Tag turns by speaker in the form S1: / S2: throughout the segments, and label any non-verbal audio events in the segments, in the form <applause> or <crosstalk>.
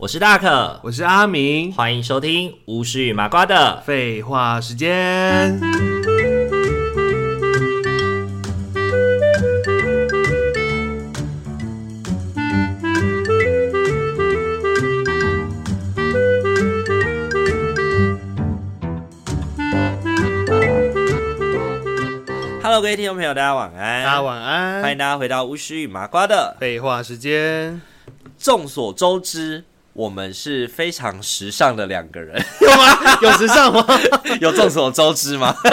S1: 我是大可，
S2: 我是阿明。
S1: 欢迎收听巫师与麻瓜的。
S2: 废话时间，
S1: Hello，各位听众朋友，大家晚
S2: 大
S1: 安。
S2: 家晚
S1: 欢
S2: 安。
S1: 迎大家回到巫师与麻瓜的。
S2: 废话时间，
S1: 众所周知，我们是非常时尚的两个人， <laughs>
S2: 有吗？有时尚吗？ <laughs>
S1: 有众所周知吗？ <laughs>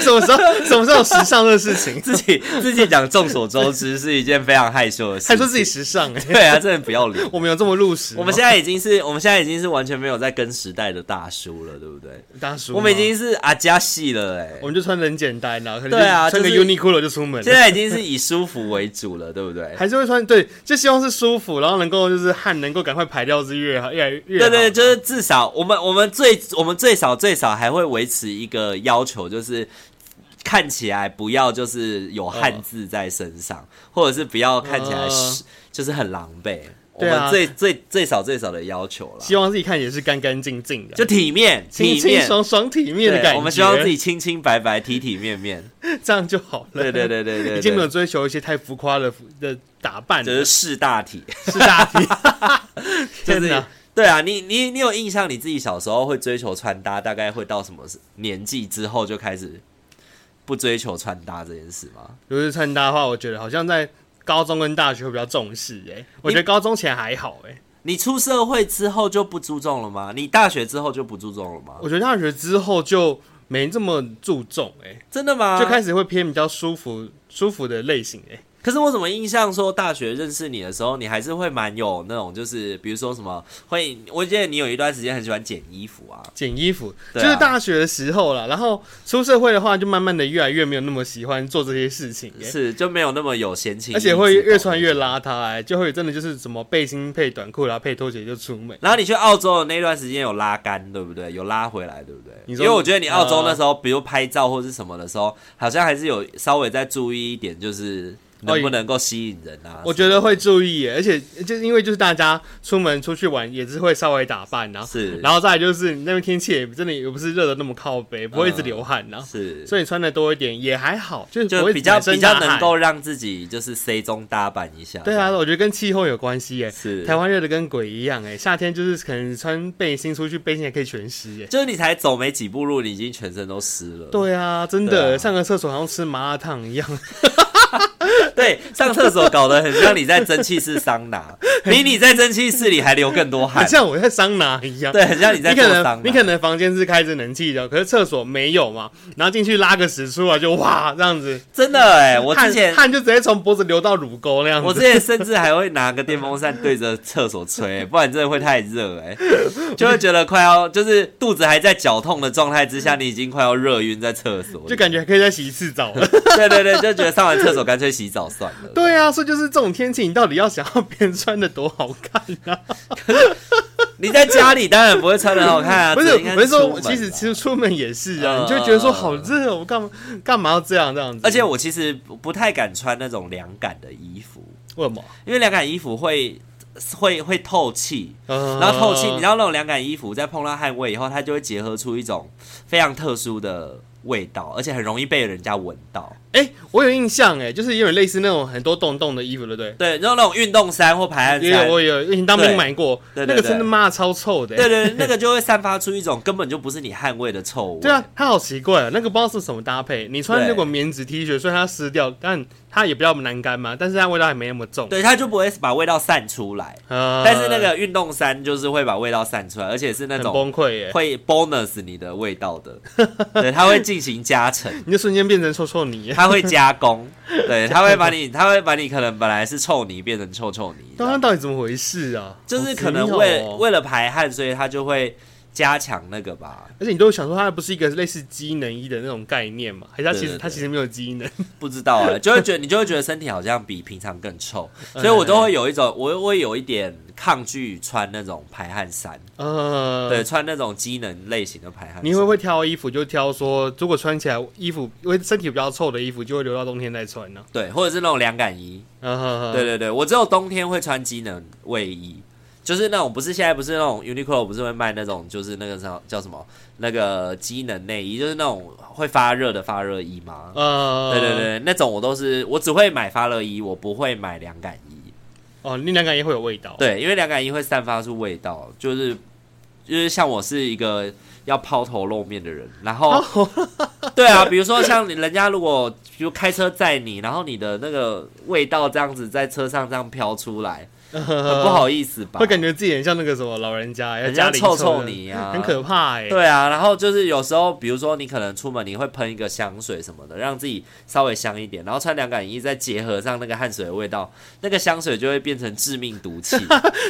S2: 什么时候什么时候有时尚的事情？
S1: 自己自己讲众所周知是一件非常害羞的事情，
S2: 还说自己时尚哎、
S1: 对啊，真的不 <laughs> 要脸。
S2: 我们有这么入时吗？
S1: 我们现在已经是我们现在已经是完全没有在跟时代的大叔了，对不对？啊
S2: 当时
S1: 我们已经是阿加系了哎、
S2: 我们就穿得很简单啦，可能
S1: 对啊
S2: 就穿个
S1: 就是
S2: Uniqlo 就出门
S1: 现
S2: 了。
S1: 在已经是以舒服为主了，对不对？
S2: 还是会穿对，就希望是舒服，然后能够就是汗能够赶快排掉是越好，越来越
S1: 对
S2: 好
S1: 对，就是至少我们我们最我们最少最少还会维持一个要求，就是看起来不要就是有汉字在身上，或者是不要看起来
S2: 嗯
S1: 是、就是很狼狈。我
S2: 对啊
S1: 们最最最少最少的要求了，
S2: 希望自己看也是干干净净的，
S1: 就体面
S2: 清
S1: 体
S2: 清
S1: 面
S2: 爽爽体面的
S1: 对
S2: 感觉。
S1: 我们希望自己清清白白、体体面面。
S2: <laughs> 这样就好了。
S1: 对对对 <laughs> 对对对，
S2: 已经没有追求一些太浮夸的的打扮
S1: 就
S2: 了 <laughs>
S1: 是，事大体，
S2: 是大 <laughs> 题。
S1: 就
S2: 天
S1: 是
S2: 哪，
S1: 对啊，你你你有印象你自己小时候会追求穿搭，大概会到什么年纪之后就开始不追求穿搭这件事吗？
S2: 如果是穿搭的话，我觉得好像在高中跟大学会比较重视、欸。哎，我觉得高中前还好、欸，哎，
S1: 你出社会之后就不注重了吗？你大学之后就不注重了吗？
S2: 我觉得大学之后就没这么注重、欸，
S1: 真的
S2: 哎、
S1: 吗？
S2: 就开始会偏比较舒服舒服的类型、欸，哎，
S1: 可是我怎么印象说大学认识你的时候，你还是会蛮有那种，就是比如说什么会，我记得你有一段时间很喜欢剪衣服啊。
S2: 剪衣服、
S1: 对
S2: 就
S1: 啊
S2: 是大学的时候啦。然后出社会的话，就慢慢的越来越没有那么喜欢做这些事情、欸，
S1: 是就没有那么有闲情，
S2: 而且会越穿越。邋遢、欸，就会真的就是什么背心配短裤，然后配拖鞋就出门。
S1: 然后你去澳洲的那段时间有拉杆，对不对？有拉回来，对不对？
S2: 你
S1: 因
S2: 说呃
S1: 为我觉得你澳洲那时候，比如拍照或是什么的时候，好像还是有稍微再注意一点，就是能不能够吸引人啊？
S2: 我觉得会注意耶，而且就是因为就是大家出门出去玩也是会稍微打扮啊，
S1: 是
S2: 然后再来就是那边天气也真的也不是热的那么靠北，不会一直流汗啊，
S1: 嗯是，
S2: 所以穿的多一点也还好，就是不
S1: 就
S2: 会
S1: 比较
S2: 满身
S1: 比较
S2: 大汗
S1: 能够让自己就是 C 中搭板一下。
S2: 对啊，，我觉得跟气候有关系耶，
S1: 是
S2: 台湾热的跟鬼一样哎，夏天就是可能穿背心出去，背心还可以全湿耶。
S1: 就是你才走没几步路，你已经全身都湿了。
S2: 对啊，真的、
S1: 对啊
S2: 上个厕所好像吃麻辣烫一样，
S1: 对，上厕所搞得很像你在蒸汽室桑拿，
S2: <laughs>
S1: 比你在蒸汽室里还流更多汗
S2: 很。像我在桑拿一样。
S1: 对，很像你在
S2: 你
S1: 做
S2: 可
S1: 桑
S2: 能你
S1: 拿
S2: 可。能房间是开着冷气的，可是厕所没有嘛，然后进去拉个屎出来就哇这样子，
S1: 真的哎、我之
S2: 汗
S1: 前
S2: 汗就直接从脖子流到乳沟那样
S1: <laughs> 我之
S2: 子。
S1: 前甚至还会拿个电风扇对着厕所吹、不然真的会太热哎、就会觉得快要就是肚子还在绞痛的状态之下，你已经快要热晕在厕所里，
S2: 就感觉还可以再洗一次澡了。 <laughs>
S1: 对对对，就觉得上完厕所干脆洗澡算了。
S2: 对啊，所以就是这种天气，你到底要想要别人穿的多好看啊？
S1: 你在家里当然不会穿的好看啊，
S2: <laughs> 不是，
S1: 这应该
S2: 我是
S1: 出门吧
S2: 说，其实其实出门也是啊，
S1: 嗯
S2: 你就会觉得说好热哦，我干嘛干嘛要这样这样子？
S1: 而且我其实不太敢穿那种凉感的衣服，
S2: 为什么？
S1: 因为凉感衣服会会会透气，
S2: 然
S1: 然后透气，你知道那种凉感衣服在碰到汗味以后，它就会结合出一种非常特殊的味道，而且很容易被人家闻到。
S2: 哎、我有印象哎，就是有点类似那种很多洞洞的衣服，对不对？
S1: 对，然后那种运动衫或排汗
S2: 也有
S1: 衫，
S2: 我有，以前当兵
S1: 对
S2: 买过，
S1: 对对
S2: 那个真
S1: 对
S2: 的妈的超臭的欸。
S1: 对对对，那个就会散发出一种根本就不是你汗味的臭味。
S2: 对啊，它好奇怪啊，那个不知道是什么搭配。你穿
S1: 对
S2: 那个棉质 T 恤，虽然它湿掉，但它也比较难干嘛，但是它味道还没那么重。
S1: 对它就不会把味道散出来。
S2: 呃，
S1: 但是那个运动衫就是会把味道散出来，而且是那
S2: 很
S1: 种
S2: 崩溃欸耶，
S1: 会 bonus 你的味道的，对，它会进行加成。
S2: 你就瞬间变成臭臭泥耶。欸
S1: 它会加工，对，它会把你，它会把你可能本来是臭泥变成臭臭泥这
S2: 对
S1: 样，
S2: 啊，到底怎么回事啊？
S1: 就是
S2: 好
S1: 可能
S2: 奇妙
S1: 为、
S2: 哦
S1: 为了排汗，所以它就会加强那个吧， <laughs>
S2: 而且你都想说它不是一个类似机能衣的那种概念嘛？还是它其
S1: 对对
S2: 实它
S1: 对
S2: 其实没有
S1: <laughs>
S2: 机能？
S1: 不知道啊，就会觉得你就会觉得身体好像比平常更臭，
S2: 嗯
S1: 所以我都会有一种，我会有一点抗拒穿那种排汗衫，
S2: 呃，
S1: 对，。穿那种机能类型的排汗衫，
S2: 你会不会挑衣服就挑说，如果穿起来衣服因为身体比较臭的衣服，就会留到冬天再穿呢、
S1: 对，或者是那种凉感衣，
S2: 啊？啊哈哈
S1: 对对对，我只有冬天会穿机能卫衣。就是那种不是现在不是那种 Uniqlo 不是会卖那种就是那个叫叫什么那个机能内衣，就是那种会发热的发热衣吗？
S2: 呃，
S1: 对对，对，那种我都是我只会买发热衣，我不会买凉感衣。
S2: 哦，那两感也会有味道。，
S1: 对，因为凉感衣会散发出味道，就是就是像我是一个要抛头露面的人，然后、
S2: 哦
S1: 对啊，比如说像人家如果比如开车载你，然后你的那个味道这样子在车上这样飘出来，很不，好意思吧？
S2: <laughs> 会感觉自己很像那个什么老人家，要
S1: 人家
S2: 家里
S1: 臭臭泥啊，
S2: 很可怕哎。
S1: 对啊，然后就是有时候，比如说你可能出门，你会喷一个香水什么的，让自己稍微香一点，然后穿凉感衣，再结合上那个汗水的味道，那个香水就会变成致命毒气，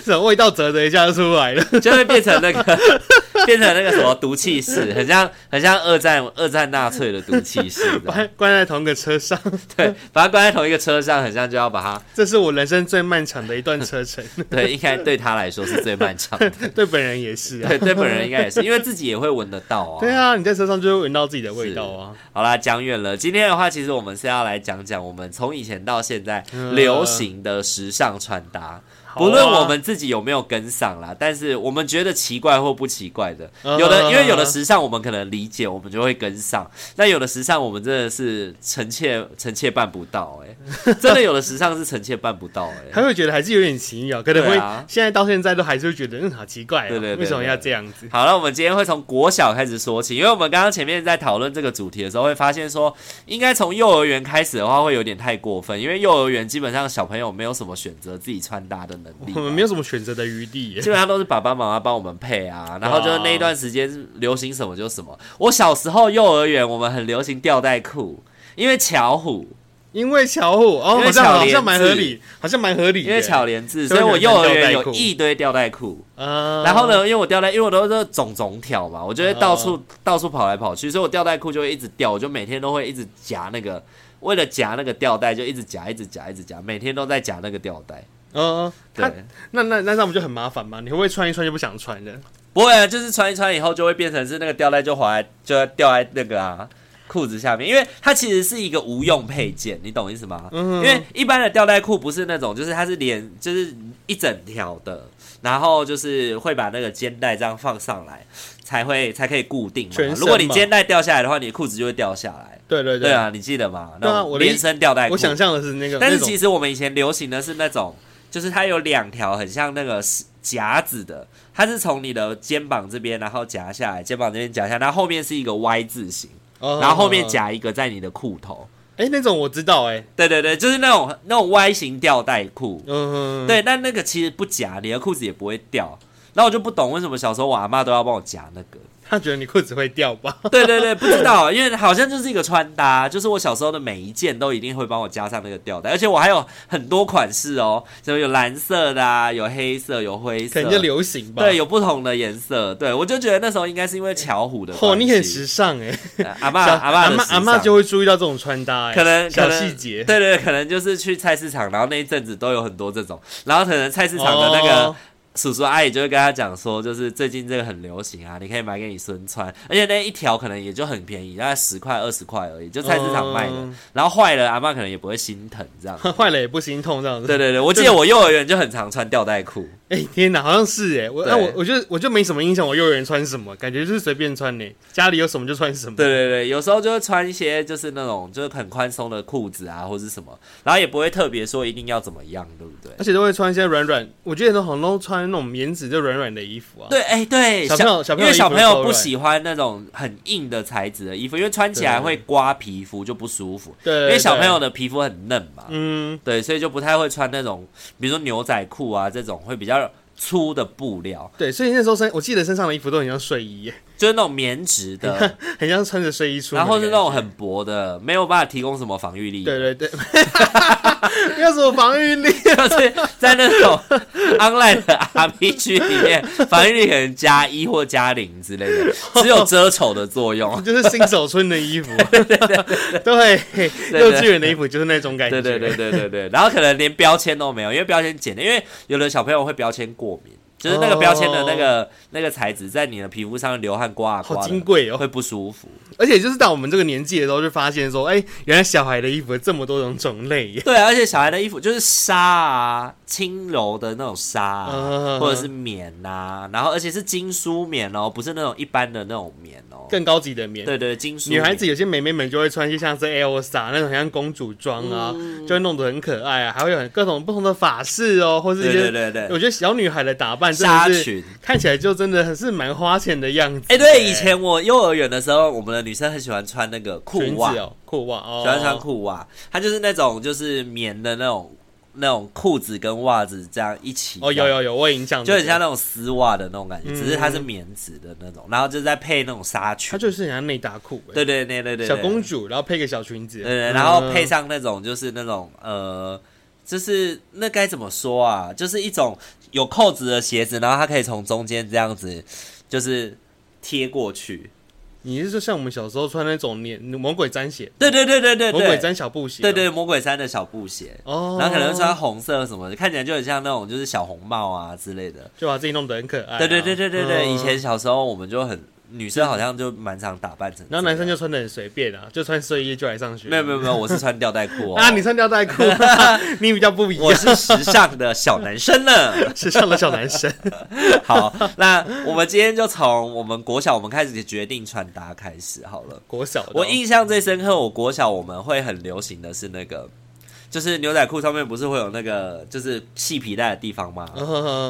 S2: 什么味道折折一下就出来了。
S1: 就会变成那个 <laughs> 变成那个什么毒气室，很像很像二战二战纳粹的毒气室这样，
S2: <laughs> 关关在同一个车上，
S1: 对，把它关在同一个车上，很像就要把它
S2: 这是我人生最漫长的一段
S1: <laughs>
S2: 车程，
S1: 对，应该对他来说是最漫长的，
S2: 对本人也是啊。
S1: 对对，本人应该也是，因为自己也会闻得到啊，
S2: 对啊，你在车上就会闻到自己的味道啊。
S1: 好啦，讲远了。今天的话，其实我们是要来讲讲我们从以前到现在
S2: 嗯
S1: 流行的时尚穿搭，
S2: 好啊
S1: 不论我们自己有没有跟上啦，但是我们觉得奇怪或不奇怪的，
S2: 嗯
S1: 有的因为有的时尚我们可能理解，我们就会跟上；那有的时尚我们真的是臣妾臣妾办不到、欸，真的有的时尚是臣妾办不到、欸，
S2: 还会觉得还是有点奇妙，可能会
S1: 对啊
S2: 现在到现在都还是会觉得嗯好奇怪、啊，
S1: 对对对对
S2: 为什么要这样子？
S1: 好了，我们今天会从国小开始说起，因为我们刚刚前面在讨论这个主题的时候，会发现说，应该从幼儿园开始的话，会有点太过分，因为幼儿园基本上小朋友没有什么选择自己穿搭的能力，啊
S2: 我们没有 <laughs> 什么选择的余地耶
S1: 基。本上都是爸爸妈妈帮我们配啊，然后就是那一段时间流行什么就什么。我小时候幼儿园我们很流行吊带裤，因为巧虎，
S2: 因为巧虎
S1: 因
S2: 哦，
S1: 为
S2: 好像
S1: 巧
S2: 好
S1: 莲
S2: 像蛮合
S1: 子
S2: 理，好像蛮合理的。
S1: 因为巧莲字，
S2: 所
S1: 所
S2: 以
S1: 以我
S2: 你们
S1: 幼儿园
S2: 穿吊带
S1: 有
S2: 裤
S1: 一堆吊带裤。
S2: 啊，
S1: 然后呢，因为我吊带，因为我都是种种条嘛，我就会到处、到处跑来跑去，所以我吊带裤就会一直掉，我就每天都会一直夹那个，为了夹那个吊带就一直夹，一直夹，一直夹，每天都在夹那个吊带。
S2: 嗯，他
S1: 对，
S2: 那那那这样不就很麻烦吗？你会不会穿一穿就不想穿了？
S1: 不会啊，就是穿一穿以后就会变成是那个吊带就滑在就要掉在那个啊裤子下面，因为它其实是一个无用配件，你懂我意思吗？
S2: 嗯
S1: 因为一般的吊带裤不是那种，就是它是连就是一整条的，然后就是会把那个肩带这样放上来，才会才可以固定嘛
S2: 全身。嘛
S1: 如果你肩带掉下来的话，你的裤子就会掉下来。
S2: 对对
S1: 对啊，你记得吗？
S2: 对啊
S1: 那种
S2: 我的意
S1: 连身吊带裤。
S2: 我想象的是那个，
S1: 但是
S2: 那种
S1: 其实我们以前流行的是那种，就是它有两条很像那个夹子的，它是从你的肩膀这边然后夹下来，肩膀这边夹下来，然后后面是一个 Y 字形，
S2: 哦
S1: 然后后面
S2: 哦
S1: 夹一个在你的裤头。
S2: 哎、那种我知道哎、
S1: 对对对，就是那种那种 Y 型吊带裤。
S2: 嗯，
S1: 对，但那个其实不夹，你的裤子也不会掉。然后我就不懂为什么小时候我阿妈都要帮我夹那个。
S2: 他觉得你裤子会掉吧？
S1: 对对对，不知道，因为好像就是一个穿搭，就是我小时候的每一件都一定会帮我加上那个吊带，而且我还有很多款式哦，什么有蓝色的啊，有黑色，有灰色，
S2: 可能就流行吧。
S1: 啊对，有不同的颜色。对，我就觉得那时候应该是因为巧虎的
S2: 哦，
S1: 关系。
S2: 你很时尚哎、
S1: 啊阿妈
S2: 小
S1: 阿妈
S2: 阿
S1: 的
S2: 妈
S1: 时
S2: 阿妈
S1: 尚
S2: 就会注意到这种穿搭、哎，
S1: 可能可
S2: 小
S1: 能
S2: 细节。
S1: 对对，可能就是去菜市场，然后那一阵子都有很多这种，然后可能菜市场的那个。
S2: 哦
S1: 叔叔阿姨就会跟他讲说，就是最近这个很流行啊，你可以买给你孙穿，而且那一条可能也就很便宜，大概十块二十块而已，就菜市场卖的。
S2: 嗯 <laughs>
S1: 然后坏了，阿妈可能也不会心疼这样。
S2: 坏了也不心痛这样子。
S1: 对对对，我记
S2: 就
S1: 得我幼儿园就很常穿吊带裤，
S2: 哎、天哪，好像是哎、我
S1: 对
S2: 那我我就我就没什么印象，我幼儿园穿什么，感觉就是随便穿呢、哎家里有什么就穿什么。
S1: 对对对，有时候就会穿一些就是那种就是很宽松的裤子啊，或是什么，然后也不会特别说一定要怎么样，对不对？
S2: 而且都会穿一些软软，我记得都好像都穿那种棉质就软软的衣服啊。
S1: 对，哎、对，
S2: 小朋友小朋
S1: 因
S2: 友
S1: 为
S2: 衣
S1: 小
S2: 服
S1: 朋友
S2: 都
S1: 不
S2: 软
S1: 喜欢那种很硬的材质的衣服，因为穿起来
S2: 对
S1: 会刮皮肤就不舒服。
S2: 对对
S1: 因为小朋友
S2: 的，
S1: 的皮肤很嫩嘛，
S2: 嗯，
S1: 对，所以就不太会穿那种，比如说牛仔裤啊这种会比较粗的布料，
S2: 对，所以那时候身我记得身上的衣服都很像睡衣、 <laughs> 哎
S1: 就是那种棉质
S2: <laughs>
S1: 的，
S2: 很像穿着睡衣出门
S1: 然
S2: 的感觉。
S1: 后是那种很薄的，没有办法提供什么防御力，
S2: 对对 <laughs> 对，没有什么防御力。
S1: <laughs> 就是在那种 <laughs> online 的 RPG 里面，防御力可能加一或加零之类的，只有遮丑的作用。
S2: 就是新手村
S1: <laughs>
S2: 的衣服， <laughs> 对幼稚园的衣服就是那种感觉，
S1: <laughs> 对对对对对对，然后可能连标签都没有，因为标签剪的，因为有的小朋友会标签过敏，就是那个标签的那个、那个材质在你的皮肤上流汗刮啊
S2: 哦好
S1: 刮
S2: 金
S1: 的，
S2: 贵哦。
S1: 会不舒服。
S2: <laughs> 而且就是到我们这个年纪的时候，就发现说，哎、原来小孩的衣服有这么多种种类 <laughs> 耶。
S1: 对，而且小孩的衣服就是纱啊，轻柔的那种纱、啊，
S2: 嗯
S1: 或者是棉呐、然后而且是精梳棉哦，不是那种一般的那种棉哦。
S2: 更高级的棉。
S1: 对对，金属
S2: 女孩子有些美眉们就会穿一些像是 Elsa 那种像公主装啊，就会弄得很可爱啊，还会有很各种不同的法式哦，或是一
S1: 对
S2: 些
S1: 对对对，
S2: 我觉得小女孩的打扮真
S1: 纱
S2: 的是
S1: 裙。
S2: 看起来就真的很是蛮花钱的样子。欸
S1: 哎、对，以前我幼儿园的时候，我们的女生很喜欢穿那个裤
S2: 裙子
S1: 袜，
S2: 哦，裤袜哦，
S1: 喜欢穿裤袜，它就是那种就是棉的那种那种裤子跟袜子这样一起，
S2: 哦，有有有，我有印象，
S1: 就很像，那种丝袜的那种感觉，
S2: 嗯
S1: 只是它是棉质的那种，然后就再配那种纱
S2: 它
S1: 裙，
S2: 就是很像内搭裤，哎
S1: 对对对对对，
S2: 小
S1: 对
S2: 公主，然后配个小裙子，嗯
S1: 对对，然后配上那种就是那种呃，就是那该怎么说啊？就是一种有扣子的鞋子，然后它可以从中间这样子就是贴过去，
S2: 你是说像我们小时候穿那种年魔鬼毡鞋，
S1: 对对对对对
S2: 魔鬼
S1: 对，
S2: 毡小布鞋，
S1: 对对魔鬼衫的小布鞋。
S2: 哦，
S1: 然后可能穿红色什么的，看起来就很像那种就是小红帽啊之类的。
S2: 就把自己弄得很可爱啊，
S1: 对对对对对对，
S2: 嗯
S1: 以前小时候我们就很女生好像就蛮常打扮成这样，
S2: 然后男生就穿的很随便啊，就穿睡衣就来上学。
S1: 没有没有没有，我是穿吊带裤哦，
S2: <laughs> 啊，你穿吊带裤，你比较不一
S1: <laughs> 我
S2: 样，
S1: 是时尚的小男生
S2: <laughs>
S1: 呢。
S2: 时尚的小
S1: <laughs>
S2: 男生。
S1: 好，那我们今天就从我们国小我们开始决定穿搭开始好了。
S2: 国小的哦，
S1: 我印象最深刻，我国小我们会很流行的是那个，就是牛仔裤上面不是会有那个就是系皮带的地方吗？我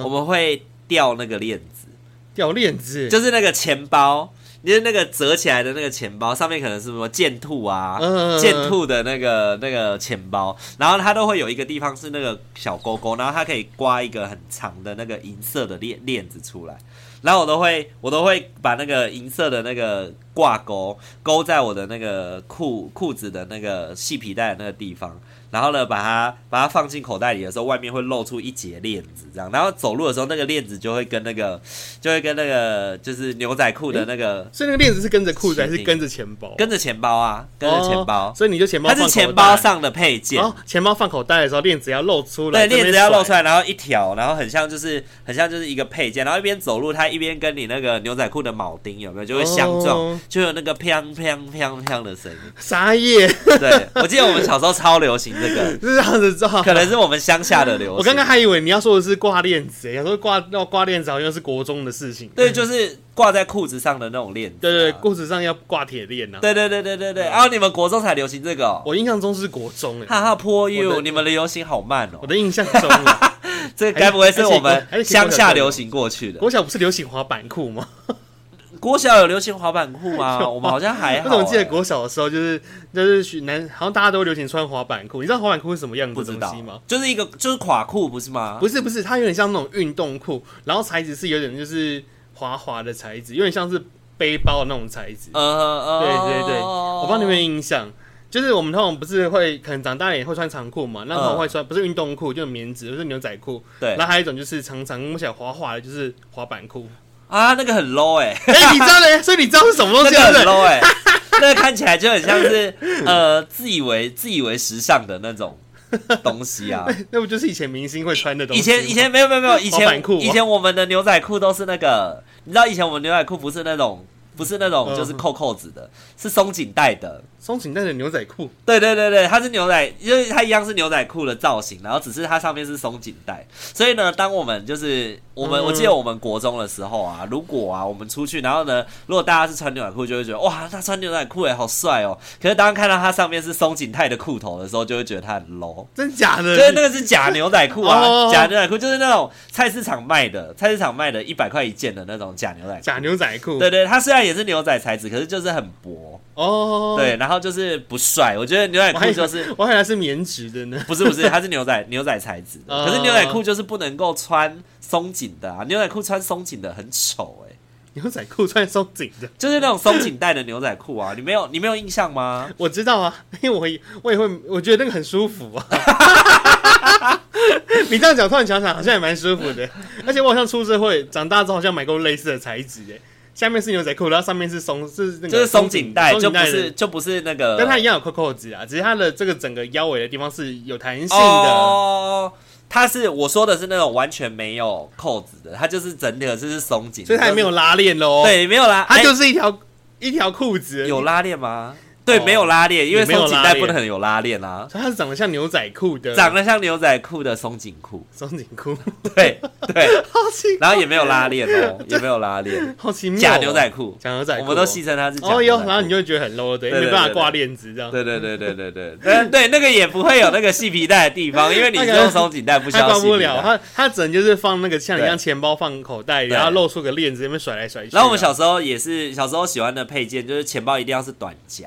S2: 嗯
S1: 们会吊那个链子。
S2: 吊链子，
S1: 就是那个钱包，就是那个折起来的那个钱包，上面可能是什么剑兔啊，
S2: 嗯
S1: 剑兔的那个那个钱包，然后它都会有一个地方是那个小勾勾，然后它可以刮一个很长的那个银色的链链子出来。然后我都会，我都会把那个银色的那个挂钩勾在我的那个裤裤子的那个细皮带的那个地方，然后呢，把它把它放进口袋里的时候，外面会露出一节链子，这样，然后走路的时候，那个链子就会跟那个就会跟那个就是牛仔裤的那个
S2: 所以那个链子是跟着裤子还
S1: 起
S2: 是
S1: 定
S2: 跟着钱包？
S1: 跟着钱包啊，跟着钱包
S2: 哦，所以你就钱包
S1: 它
S2: 放口
S1: 是
S2: 袋，
S1: 钱包上的配件，
S2: 哦，钱包放口袋的时候，链子要露出
S1: 对，
S2: 来，
S1: 链子要露出
S2: 来。
S1: 来，然后一条，然后很像就是很像就是一个配件，然后一边走路，它一边跟你那个牛仔裤的铆钉有没有就会相撞，
S2: 哦
S1: 就有那个砰砰砰砰的声音。
S2: 啥耶？ <laughs>
S1: 对，我记得我们小时候超流行这个，
S2: 是这样子照。
S1: 可能是我们乡下的流行。
S2: 我刚刚还以为你要说的是挂链子，欸想说挂要挂链子好像是国中的事情。
S1: 对，就是挂在裤子上的那种链子、啊
S2: 对对，对，裤子上要挂铁链呐。
S1: 对对对对对对。然后你们国中才流行这个、哦，
S2: 我印象中是国中哎，
S1: 哈哈，Poor
S2: 我
S1: you，
S2: 的
S1: 你们的流行好慢哦
S2: 我。的印象中啊。
S1: 这个该不会是我们
S2: 还是还是
S1: 乡下流行过去的？
S2: 国小不是流行滑板裤吗？
S1: 国小有流行滑板裤吗？
S2: <laughs>
S1: 我们好像还
S2: 我
S1: 好、
S2: 怎么记得
S1: 欸。
S2: 国小的时候，就是就是许男，好像大家都流行穿滑板裤。你知道滑板裤是什么样
S1: 不
S2: 子
S1: 知
S2: 的
S1: 道
S2: 东西吗？，
S1: 就是一个就是垮裤不是吗？
S2: 不是不是，它有点像那种运动裤，然后材质是有点就是滑滑的材质，有点像是背包的那种材质。
S1: 呃呃，
S2: 对对对
S1: 我
S2: 我帮你们印象，就是我们通常不是会可能长大一点会穿长裤嘛，那通常会穿不是运动裤，就是棉质，就是牛仔裤。
S1: 嗯对
S2: 然后还有一种就是长长摸起来滑滑的，就是滑板裤。
S1: 啊，那个很 low 哎、
S2: 哎、你知道嘞？所以你知道 <laughs> 是什么东
S1: 那
S2: 西
S1: 个
S2: 对不
S1: 很
S2: 对？
S1: low 哎、那个看起来就很像是呃自以为自以为时尚的那种东西
S2: <laughs>
S1: 啊。
S2: 那不就是以前明星会穿的东西
S1: 以
S2: 吗？
S1: 前以前没有没有没有，以
S2: 滑板
S1: 前
S2: 裤哦
S1: 以前我们的牛仔裤都是那个，你知道以前我们牛仔裤不是那种不是那种
S2: 嗯
S1: 就是扣扣子的，是松紧带的。
S2: 松紧带的牛仔裤，
S1: 对对对对，它是牛仔，就是它一样是牛仔裤的造型，然后只是它上面是松紧带。所以呢，当我们就是我们，
S2: 嗯
S1: 我记得我们国中的时候啊，如果啊我们出去，然后呢，如果大家是穿牛仔裤，就会觉得哇，他穿牛仔裤也好帅哦。可是当看到他上面是松紧带的裤头的时候，就会觉得他很 low。
S2: 真假的？
S1: 就是那个是假牛仔裤啊，
S2: 哦
S1: 假牛仔裤就是那种菜市场卖的，菜市场卖的一百块一件的那种假牛仔裤。
S2: 假牛仔裤，
S1: 对对，它虽然也是牛仔材质，可是就是很薄，
S2: 哦，，
S1: 对，然后就是不帅。我觉得牛仔
S2: 我还
S1: 裤
S2: 以
S1: 就
S2: 为
S1: 是。
S2: 我还以为是棉质的呢。 <laughs>
S1: 不是不是，它是牛仔牛仔材质的，
S2: 哦
S1: 可是牛仔裤就是不能够穿松紧的啊，牛仔裤穿松紧的很丑哎、
S2: 牛仔裤穿松紧的，
S1: 就是那种松紧带的牛仔裤啊，你没有你没有印象吗？
S2: 我知道啊，因为我也我也会，我觉得那个很舒服啊。 <laughs> 你这样讲，突然想想，好像也蛮舒服的。而且我好像出社会，长大之后好像买过类似的材质诶，下面是牛仔裤，然后上面是松，是那个
S1: 就是松紧带，
S2: 松
S1: 就
S2: 紧
S1: 不
S2: 带的
S1: 是呃就不是那个，
S2: 但它一样有扣扣子啊，只是它的这个整个腰围的地方是有弹性的。
S1: 哦，它是我说的是那种完全没有扣子的，它就是整个就是松紧，
S2: 所以它也没有拉链喽。
S1: 就，是，对，没有拉，
S2: 它
S1: 哎
S2: 就是一条、一条裤子而已，
S1: 有拉链吗？对，
S2: 哦
S1: 没有拉链，因为
S2: 也没有
S1: 松紧
S2: 拉
S1: 带
S2: 链
S1: 不能有拉链啊，
S2: 所以它是长得像牛仔裤的，
S1: 长得像牛仔裤的松紧裤，
S2: 松紧裤，
S1: 对对，
S2: 好奇，
S1: 然后也没有拉链
S2: <laughs>
S1: 哦，也没有拉链，
S2: 好奇妙、哦，
S1: 假牛仔裤，
S2: 假牛仔裤
S1: 我
S2: 哦，
S1: 们都戏称它是假
S2: 哦
S1: 牛
S2: 哟，
S1: 仔
S2: 然后你
S1: 裤
S2: 就会觉得很 low，对，
S1: 对对
S2: 没办
S1: 对
S2: 法
S1: 对
S2: 挂链子这样。
S1: 对对对对对对对，但对那个也不会有那个系皮带的地方，因为你是用松紧带不需
S2: 他
S1: 要
S2: 挂
S1: 系
S2: 不
S1: 皮
S2: 了，
S1: 带。
S2: 他他只能就是放那个像你一样
S1: 对
S2: 钱包放口袋，
S1: 对
S2: 然后露出个链子，那边甩来甩去啊。
S1: 然后我们小时候也是，小时候喜欢的配件就是钱包一定要是短夹，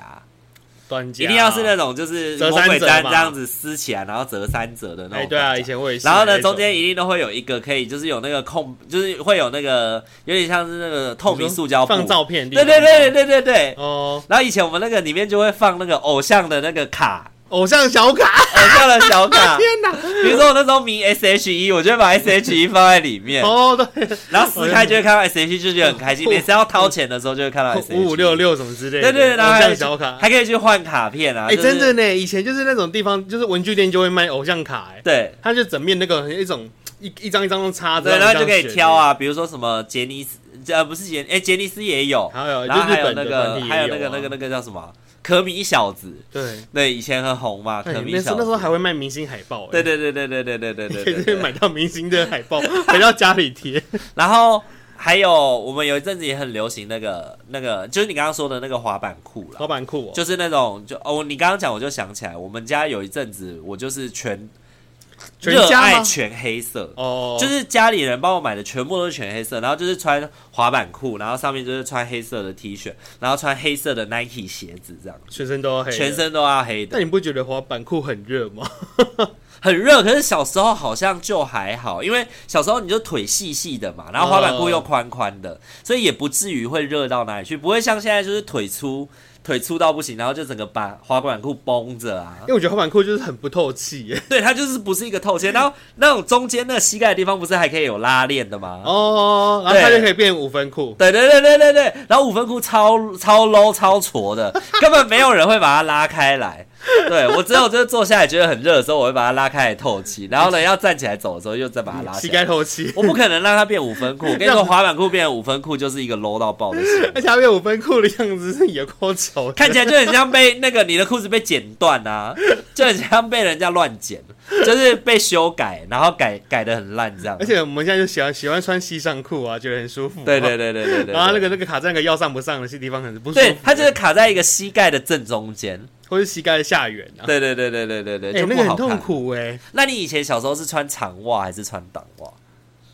S2: 短夹
S1: 一定要是那种就是
S2: 折
S1: 魔
S2: 三
S1: 鬼
S2: 折
S1: 毡
S2: 嘛
S1: 这样子撕起来，然后折三折的那
S2: 哎
S1: 种。
S2: 对啊，以。前我也是。
S1: 哦然后呢，
S2: 那种
S1: 中间一定都会有一个可以，就是有那个空，就是会有那个有点像是那个透明塑胶布。
S2: 放照片的地
S1: 对
S2: 方，
S1: 对对对对对。
S2: 哦，
S1: 然后以前我们那个里面就会放那个偶像的那个卡，
S2: 偶像小卡，
S1: 偶像的小卡。
S2: 天哪！
S1: 比如说我那时候迷 S H E，我就会把 S H E 放在里面，
S2: 哦对，
S1: 然后撕开就会看到 S H E，就觉得很开心。
S2: 哦
S1: 每次要掏钱的时候就会看到 S H E，
S2: 五五六，六什么之
S1: 对
S2: 类的，
S1: 对对，然后
S2: 偶
S1: 还可以
S2: 像
S1: 去
S2: 小卡。
S1: 还可以去换卡片啊。
S2: 哎，
S1: 就是
S2: 真的呢，以前就是那种地方，就是文具店就会卖偶像卡，哎，
S1: 对
S2: 它就整面那个一种一一张一张都插着，
S1: 对，然后就可
S2: 这样
S1: 以
S2: 选的
S1: 挑。啊，比如说什么杰尼斯，呃，不是杰，哎，杰尼斯也有，
S2: 还有，就
S1: 然后还
S2: 日
S1: 有
S2: 本
S1: 那
S2: 的
S1: 个
S2: 团体也
S1: 还有那个
S2: 啊
S1: 那个那个叫什么可米小子，
S2: 对，
S1: 对，以前很红嘛，
S2: 哎
S1: 可米
S2: 那时
S1: 小
S2: 候那时候
S1: 子。
S2: 还会卖明星海报，哎
S1: 对
S2: <laughs>
S1: 对对对对对对对对
S2: 可
S1: 对
S2: 以
S1: 对
S2: 去
S1: 对，
S2: 买到明星的海
S1: <laughs>
S2: 报，回到家里贴。
S1: 然后还有我们有一阵子也很流行那个那个，就是你刚刚说的那个滑板裤啦，
S2: 老板酷哦，
S1: 就是那种就哦，你刚刚讲我就想起来，我们家有一阵子我就是全
S2: 全
S1: 热
S2: 家
S1: 爱
S2: 吗？
S1: 全黑色，
S2: 哦，
S1: 就是家里人帮我买的全部都是全黑色，然后就是穿滑板裤，然后上面就是穿黑色的 T 恤，然后穿黑色的 Nike 鞋子，这样
S2: 全身都要黑，
S1: 全。身都要黑
S2: 但
S1: 的，
S2: 你不觉得滑板裤很热吗？ <laughs>
S1: 很热。可是小时候好像就还好，因为小时候你就腿细细的嘛，然后滑板裤又宽宽的，所以也不至于会热到哪里去，不会像现在就是腿粗。腿粗到不行，然后就整个把滑板裤绷着啊，
S2: 因为我觉得滑板裤就是很不透气欸耶。
S1: 对，它就是不是一个透气。然后那种中间那个膝盖的地方，不是还可以有拉链的吗？
S2: 哦，然后它
S1: 啊对
S2: 就可以变五分裤。
S1: 对对对对对对，然后五分裤超超 low 超矬的，根本没有人会把它拉开来。对我只有就是坐下来觉得很热的时候，我会把它拉开来透气，然后呢要站起来走的时候又再把它拉
S2: 膝
S1: 起来。
S2: 盖透气， <laughs>
S1: 我不可能让它变五分裤，我跟你说，
S2: 让
S1: 滑板裤变成五分裤就是一个 low 到爆的行为 <laughs>
S2: 而且它变五分裤的样子是有够丑的。
S1: 看起来就很像被那个你的裤子被剪断啊，就很像被人家乱剪，就是被修改，然后改改的很烂这样
S2: 而。且我们现在就喜欢喜欢穿西上裤啊，觉得很舒服。
S1: 对对。对对对对对。
S2: 然后那个那个卡在那个腰上不上的些地方很不舒服，
S1: 对，它就是卡在一个膝盖的正中间。
S2: 或是膝盖的下缘啊。
S1: 对对对对对对对，
S2: 哎，
S1: 就
S2: 那
S1: 不
S2: 个
S1: 好
S2: 很
S1: 看
S2: 痛。苦哎。
S1: 那你以前小时候是穿长袜还是穿短袜？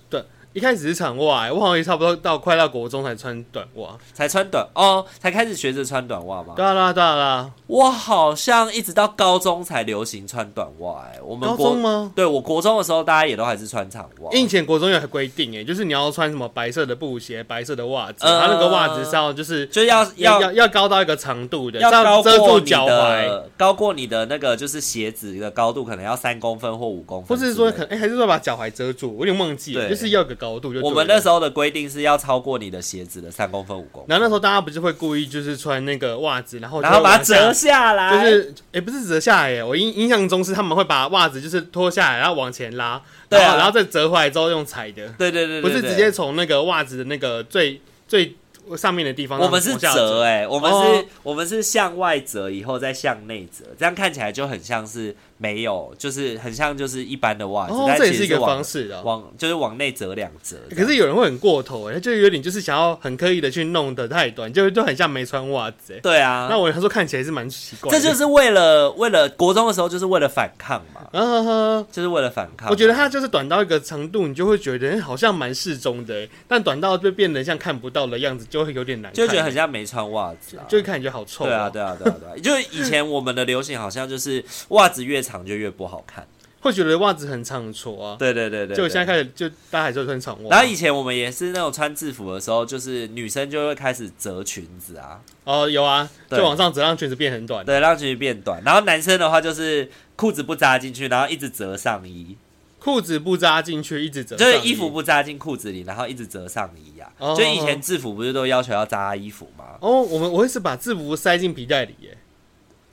S2: 对，一开始是长袜欸，我好像也差不多到快到国中才穿短袜。
S1: 才穿短哦，才开始学着穿短袜吗？
S2: 对啊啦对啊啦，
S1: 我好像一直到高中才流行穿短袜、哎，我们
S2: 高
S1: 国
S2: 中吗？
S1: 对我国中的时候，大家也都还是穿长袜。
S2: 因为以前国中有规定哎，就是你要穿什么白色的布鞋、白色的袜子，
S1: 呃
S2: 然后那个袜子是要就是
S1: 就要
S2: 要
S1: 要
S2: 要要高到一个长度的，
S1: 高
S2: 要遮
S1: 过
S2: 住
S1: 你
S2: 脚踝，
S1: 的高过你的那个就是鞋子的高度，可能要三公分或五公分
S2: 或
S1: 之类
S2: 是
S1: 的，
S2: 说可能哎还是说把脚踝遮住，我有点忘记了，
S1: 对
S2: 就是要有个高度就。
S1: 我们那时
S2: 候。
S1: 候的规定是要超过你的鞋子的三公分五公分，
S2: 然后那时候大家不是会故意就是穿那个袜子，然后
S1: 然后把它折
S2: 就
S1: 下来，
S2: 会往下，就是也不是折下来耶，我印印象中是他们会把袜子就是脱下来，然后往前拉，
S1: 对啊
S2: 然后然后再折回来之后用踩的。
S1: 对对对对
S2: 不是
S1: 对
S2: 直接从那个袜子的那个最最上面的地方，
S1: 我们是
S2: 然后往下
S1: 折哎、我们是、
S2: 哦
S1: 我们是向外折，以后再向内折，这样看起来就很像是没有，就是很像就是一般的袜子，
S2: 哦
S1: 但，
S2: 这
S1: 其实
S2: 也是一个
S1: 往
S2: 方式的哦。
S1: 往就是往内折两折这
S2: 可
S1: 样。
S2: 是有人会很过头哎、他就有点就是想要很刻意的去弄得太短，就就很像没穿袜子哎、
S1: 对啊，
S2: 那我他说看起来是蛮奇怪
S1: 这
S2: 的，
S1: 就是为了为了国中的时候就是为了反抗嘛，
S2: 啊哈哈。
S1: 就是为了反抗。
S2: 我觉得它就是短到一个长度，你就会觉得哎好像蛮适中的、哎但短到就变得像看不到的样子，就会有点难看，
S1: 就觉得很像没穿袜子啊。
S2: 就看起来好臭、
S1: 对啊，，对啊，对啊， <laughs> 对啊！就是以前我们的流行好像就是袜子越长就越不好看。
S2: 会觉得袜子很长戳啊。
S1: 对对对对对。
S2: 就我现在开始就大家还是会穿长袜，
S1: 然后以前我们也是那种穿制服的时候，就是女生就会开始折裙子啊，
S2: 哦有啊，
S1: 对
S2: 就往上折让裙子变很短。
S1: 对，让裙子变短。然后男生的话就是裤子不扎进去，然后一直折上衣，
S2: 裤子不扎进去，一直折，
S1: 就是衣服。不扎进裤子里，然后一直折上衣啊。
S2: 哦
S1: 就以前制服不是都要求要扎衣服吗？
S2: 哦，我们我会是把制服塞进皮带里耶，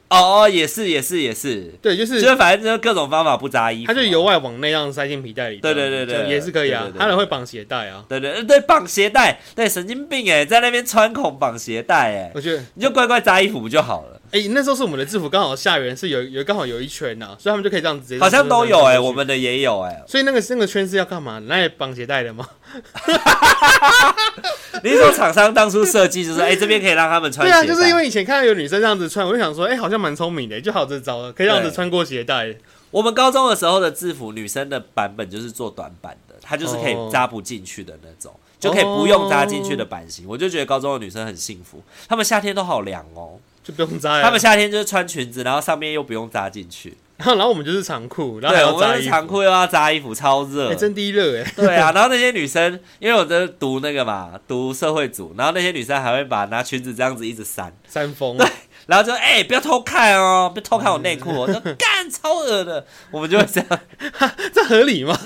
S1: 哦哦，也是也是也是，
S2: 对，就是
S1: 就是反正就是各种方法不扎衣服
S2: 它
S1: 嘛，
S2: 就由外往内让塞进皮带里。
S1: 对对对
S2: 这样
S1: 对
S2: 也是可以啊
S1: 对对。对
S2: 他人会绑鞋带啊，
S1: 对对对绑鞋带，对神经病哎，在那边穿孔绑鞋带哎，
S2: 我觉得，
S1: 你就乖乖扎衣服不就好了？
S2: 哎、那时候是我们的制服刚好下缘是有有刚好有一圈呐、所以他们就可以这样直接。
S1: 好像都有哎、
S2: 这样子
S1: 我。们的也有哎、
S2: 所以那个那个圈是要干嘛？拿来绑鞋带的吗？
S1: 你是说厂商当初设计就是哎、这边可以让他们穿
S2: 对
S1: 鞋带，
S2: 啊，就是因为以前看到有女生这样子穿，我就想说，哎、好像蛮聪明的，就好这招了，可以这样子
S1: 对
S2: 穿过鞋带。
S1: 我们高中的时候的制服，女生的版本就是做短版的，它就是可
S2: 哦
S1: 以扎不进去的那种，就可以不用扎进去的版
S2: 哦
S1: 型。我就觉得高中的女生很幸福，她们夏天都好凉哦，
S2: 就不用扎了。
S1: 她们夏天就是穿裙子，然后上面又不用扎进去。
S2: 然后，然后我们就是长裤，然后还
S1: 对，
S2: 要
S1: 我
S2: 扎
S1: 们的
S2: 衣服。
S1: 长裤又要扎衣服，超热。
S2: 哎、真低热哎、
S1: 对啊，然后那些女生，因为我在读那个嘛，读社会组，然后那些女生还会把拿裙子这样子一直扇，
S2: <laughs> 山峰。
S1: 然后就哎、不要偷看哦，不要偷看我内裤
S2: <laughs>
S1: 哦，我说干超恶的，我们就会这样，
S2: 这合理吗？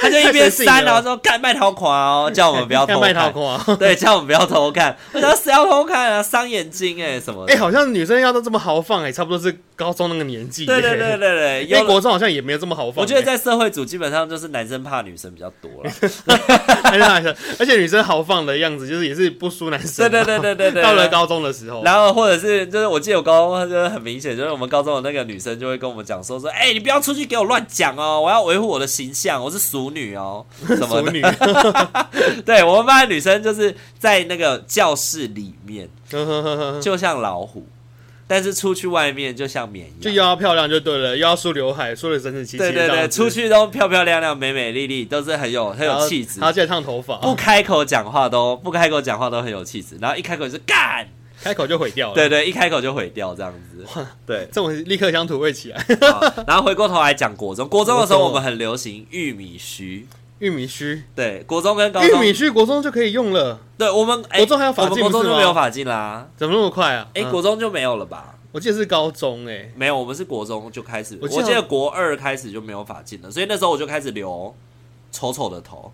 S1: 他就一边
S2: 太神
S1: 扇，
S2: 性了
S1: 然后说干卖桃款哦，叫我们不要偷
S2: <laughs> 卖啊桃
S1: 看，
S2: 花。
S1: 对，叫我们不要偷看，我想谁要偷看啊，伤眼睛哎、什么的，
S2: <laughs> 哎、好像女生要到这么豪放哎、差不多是高中那个年纪、
S1: 对对对对
S2: 对，
S1: 对，
S2: 因为
S1: 有了。
S2: 国中好像也没有这么豪放、
S1: 我觉得在社会组基本上就是男生怕女生比较多
S2: <laughs>
S1: 了，
S2: 哎，而且而且女生豪放的样子，就是也是不输男生
S1: 对
S2: 啊。
S1: 对对对对对，
S2: 到了高中的时候，
S1: 然后或者是就是我记得我高中就是很明显，就是我们高中的那个女生就会跟我们讲说说，哎、你不要出去给我乱讲哦，我要维护我的形象，我是熟女哦，什么
S2: <laughs> 熟
S1: 的。
S2: 女，
S1: <laughs> 对我们班的女生就是在那个教室里面
S2: 就
S1: 就像老虎，但是出去外面就像绵
S2: <laughs> 就
S1: 羊。
S2: 又要漂亮就对了，又要梳刘海，梳的整整齐齐。
S1: 对对
S2: 这
S1: 对，
S2: 样子
S1: 出去都漂漂亮亮、美美丽丽，都是很有很
S2: 然
S1: 有
S2: 后
S1: 气质
S2: 还。要记得烫头发，
S1: 不开口讲话都不开口讲话都很有气质，然后一开口就是干，
S2: <laughs> 开口就毁掉了。
S1: 对，对，一开口就毁掉这样子。对，
S2: 这种立刻想土味起来。 <laughs>
S1: 好然后回过头来讲国中，国中的时候
S2: 国
S1: 我
S2: 中
S1: 们很流行玉米须，
S2: 玉米须，
S1: 对，国中跟高
S2: 玉
S1: 中，
S2: 米须国中就可以用了，
S1: 对我们哎
S2: 国中还有发
S1: 我
S2: 髻
S1: 们国中
S2: 不
S1: 就
S2: 是吗
S1: 没有法进啦，
S2: 怎么那么快啊？
S1: 哎，
S2: 嗯
S1: 国中就没有了吧？
S2: 我记得是高中
S1: <laughs>
S2: 哎，
S1: 没有，我们是国中就开始，
S2: 我
S1: 我
S2: 记得
S1: 记得国二开始就没有法进了，所以那时候我就开始留丑丑的头。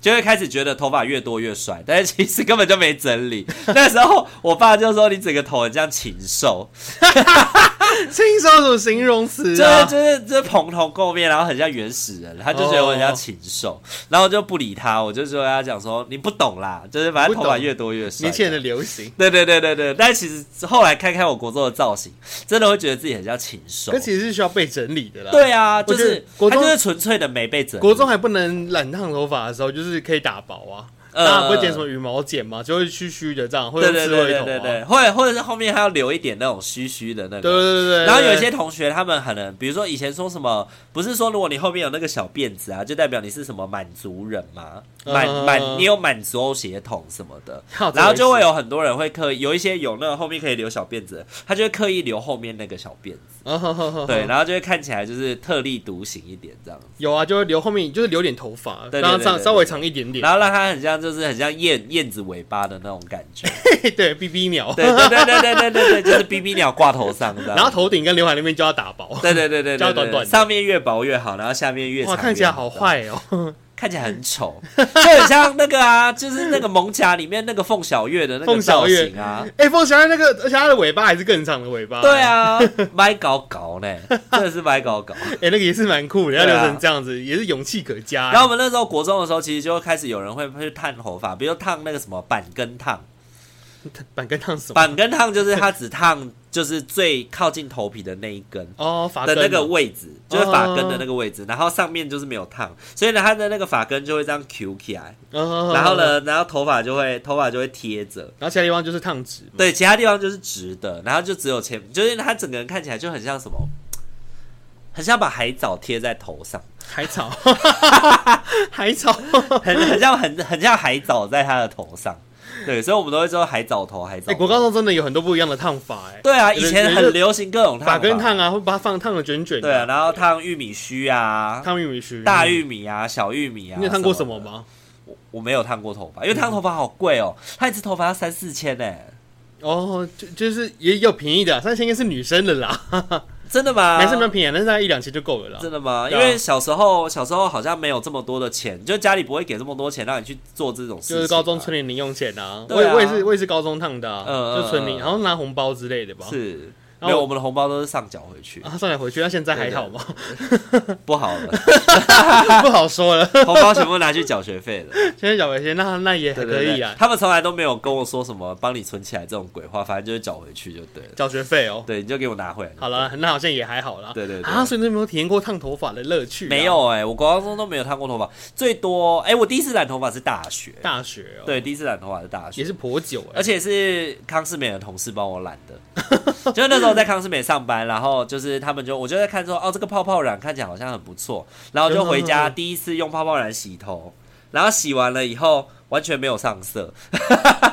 S1: 就会开始觉得头发越多越帅，但是其实根本就没整理。 <laughs> 那时候我爸就说：“你整个头很像禽兽，
S2: 轻松什么形容词
S1: 就是
S2: 啊？
S1: 就是就是蓬头垢面，然后很像原始人，他就觉得我很像禽兽
S2: <laughs>
S1: 然后我就不理他，我就说跟他讲说你不懂啦，就是反正头
S2: 不
S1: 发
S2: 懂
S1: 越多越帅。
S2: 年轻人的流行。
S1: 对对对对对，但其实后来看看我国中的造型，真的会觉得自己很像禽兽
S2: 可。其实是需要被整理的啦。，
S1: 对啊，就
S2: 我觉
S1: 是
S2: 得国
S1: 他
S2: 中
S1: 就是纯粹的没被整理。
S2: 国中还不能染烫头发的时候，就是可以打薄啊，
S1: 呃
S2: 大家不会剪什么羽毛剪嘛，就会须须的这样，会
S1: 对
S2: 用
S1: 对
S2: 刺
S1: 对
S2: 猬
S1: 对
S2: 头
S1: 对
S2: 啊。
S1: 对，或者或者是后面还要留一点那种虚虚的那
S2: 对
S1: 个。
S2: 对对，
S1: 然后有一
S2: 对
S1: 些同学，他们可能，比如说以前说什么，不是说如果你后面有那个小辫子啊，就代表你是什么满族人吗？满
S2: 嗯
S1: 满，你有满族血统什么的，
S2: 靠这
S1: 然后
S2: 回事
S1: 就会有很多人会刻意，有一些有那个后面可以留小辫子的，他就会刻意留后面那个小辫子，
S2: 啊哈哈哈
S1: 对，然后就会看起来就是特立独行一点这样子，
S2: 有啊，就会留后面就是留点头发，
S1: 对对对
S2: 让它
S1: 对
S2: 长
S1: 对
S2: 稍微长一点点。
S1: 然后让他很像就是很像燕燕子尾巴的那种感觉，
S2: 嘿 <laughs> 对，B B 鸟，
S1: 对对对对对对对对，就是 B B 鸟挂头上这样，
S2: 然后头顶跟刘海那边就要打薄。
S1: 对。对对对
S2: 就要
S1: 对
S2: 短
S1: 对
S2: 短
S1: 对，
S2: 的
S1: 上面越薄越好，然后下面越长
S2: 哇，
S1: 越
S2: 看起来好
S1: 这样
S2: 坏哦！ <laughs>
S1: 看起来很丑，就很像那个啊，就是那个蒙甲里面那个凤小岳的那
S2: 凤
S1: 个
S2: 小
S1: 造
S2: 岳
S1: 型啊。
S2: 哎，凤小岳那个，而且它的尾巴还是更长的尾巴。
S1: 对，啊，歪搞搞呢，真的是歪搞
S2: <laughs>
S1: 搞。
S2: 哎，那个也是蛮酷的，要
S1: 对
S2: 留
S1: 啊
S2: 成这样子，也是勇气可嘉。
S1: 然后我们那时候国中的时候，其实就开始有人会去烫头发，比如烫那个什么板根烫，
S2: 板根烫什么？
S1: 板根烫就是它只烫就是最靠近头皮的那一根。
S2: 哦，发
S1: 的
S2: 根
S1: 那个
S2: 哦
S1: 位置，就是发根的那个位置，然后上面就是没有烫，所以呢，它的那个发根就会这样揪起来，
S2: 哦嗯
S1: 然后？呢，然后头发就会头发就会贴着，
S2: 然后其他地方就是烫直嘛。
S1: 对，其他地方就是直的，然后就只有前，就是他整个人看起来就很像什么，很像把海藻贴在头上，
S2: <laughs> 海草，海草，
S1: 很很像很很像海藻在他的头上。对，所以我们都会说海藻头、海藻
S2: 哎、
S1: 头。
S2: 国高中真的有很多不一样的烫法、哎，
S1: 对啊，
S2: 有人
S1: 以前很流行各种烫法，
S2: 发根烫啊，会把它放烫的卷卷的，
S1: 对啊，然后烫玉米须啊，
S2: 烫玉米须，
S1: 大玉米啊，小玉米啊。
S2: 你有烫过什
S1: 的
S2: 么？吗？
S1: 我我没有烫过头发，因
S2: 嗯
S1: 为烫头发好贵哦，他一次头发要三四千呢。
S2: 哦，就就是也有便宜的啊，三千应该是女生的啦，
S1: 真的吗？
S2: 男生蛮便宜啊的，但是大概一两千就够了啦。
S1: 真的吗？
S2: 对
S1: 因
S2: 啊
S1: 为小时候小时候好像没有这么多的钱，就家里不会给这么多钱让你去做这种事情啊。
S2: 就是高中存点零用钱啊，我
S1: 对
S2: 也
S1: 啊
S2: 我也是我也是高中烫的、啊，
S1: 嗯嗯
S2: 就存零，
S1: 嗯
S2: 然后拿红包之类的吧。
S1: 是，没有，我们的红包都是上缴回去，
S2: 啊，上来回去，那现在还好吗？
S1: 不好了， <laughs>
S2: <laughs> 不好说了，
S1: 红包全部拿去缴学
S2: <laughs>
S1: 费了。
S2: 现在缴回去，那那也还
S1: 对
S2: 可
S1: 对
S2: 以
S1: 对
S2: 啊，，
S1: 他们从来都没有跟我说什么帮你存起来这种鬼话，反正就是缴回去就对了。
S2: 缴学费哦。
S1: 对，你就给我拿回来。
S2: 好，了，那好像也还好啦。
S1: 对对对
S2: 啊，所以你都没有体验过烫头发的乐趣啊？
S1: 没有哎、我国高中都没有烫过头发，最多哎、我第一次染头发是大学，
S2: 大学哦，
S1: 对，，第一次染头发是大学，
S2: 也是颇久哎，
S1: 而且是康世美的同事帮我染的， <laughs> 就是那时候在康世美上班，然后就是他们就我就在看说，哦，这个泡泡染看起来好像很不错，然后就回家
S2: 嗯
S1: 第一次用泡泡染洗头，然后洗完了以后完全没有上色，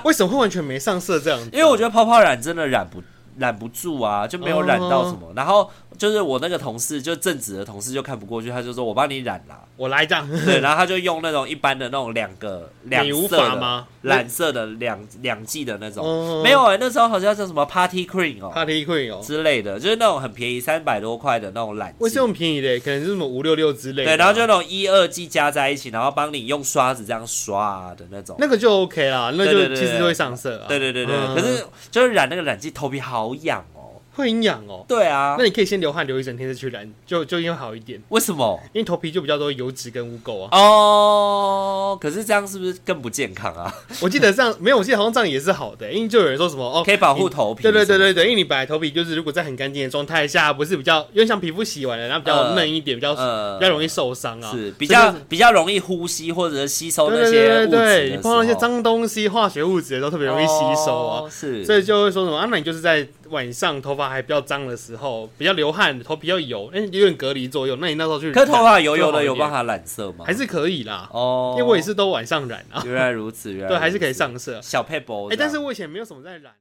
S2: 为什么会完全没上色这样子？啊
S1: 因为我觉得泡泡染真的染不染不住啊，就没有染到什
S2: 嗯
S1: 么。然后就是我那个同事，就正直的同事就看不过去，他就说我帮你染啦、
S2: 我来一张， <laughs>
S1: 对，然后他就用那种一般的那种两个两
S2: 美无
S1: 色
S2: 法
S1: 的
S2: 吗
S1: 染色的两两剂的那种，
S2: 哦
S1: 没有哎、那时候好像叫什么 Party Cream 哦、
S2: Party Queen 哦，
S1: 之类的，就是那种很便宜三百多块的那种染
S2: 为
S1: 剂
S2: 什。么便宜的？可能是什么五六六之类的啊。
S1: 对，然后就那种一二剂加在一起，然后帮你用刷子这样刷啊的那种。
S2: 那个就 OK 啦，那
S1: 对对
S2: 就
S1: 对
S2: 其实就会上色啊。
S1: 对对对对，
S2: 嗯
S1: 可是就是染那个染剂，头皮好痒哦。
S2: 会很痒哦。
S1: 对啊
S2: 那，你可以先流汗流一整天再去染，就就应该好一点，
S1: 为什么？
S2: 因为头皮就比较多油脂跟污垢啊。
S1: 哦，可是这样是不是更不健康啊？
S2: 我记得这 <laughs> 样没有，我记得好像这样也是好的、因为就有人说什么哦，
S1: 可以保护头皮
S2: 对对
S1: 什么
S2: 对
S1: 的
S2: 对对，因为你本来头皮就是如果在很干净的状态下，不是比较因为像皮肤洗完了，然后比较
S1: 呃
S2: 嫩一点，比较、
S1: 呃
S2: 比较容易受伤啊，
S1: 是比
S2: 所以就
S1: 较比较容易呼吸或者是吸收那些
S2: 对对对
S1: 物质
S2: 对对，
S1: 的
S2: 你
S1: 时
S2: 碰到
S1: 候，
S2: 一些脏东西、化学物质的时候特别容易吸收啊。
S1: 哦是，
S2: 所以就会说什么啊？那你就是在晚上头发还比较脏的时候，比较流汗，头比较油，哎、有点隔离作用。那你那时候去染，
S1: <laughs> 可是头发油油
S2: 就好
S1: 的
S2: 一
S1: 有
S2: 点
S1: 办法染色吗？
S2: 还是可以啦，
S1: 哦，
S2: 因为我也是都晚上染啊，
S1: 原来如此，原来
S2: <laughs> 对，还是
S1: 如
S2: 可以
S1: 此
S2: 上色。哎
S1: 小配博。
S2: 哎、但是我以前没有什么在染。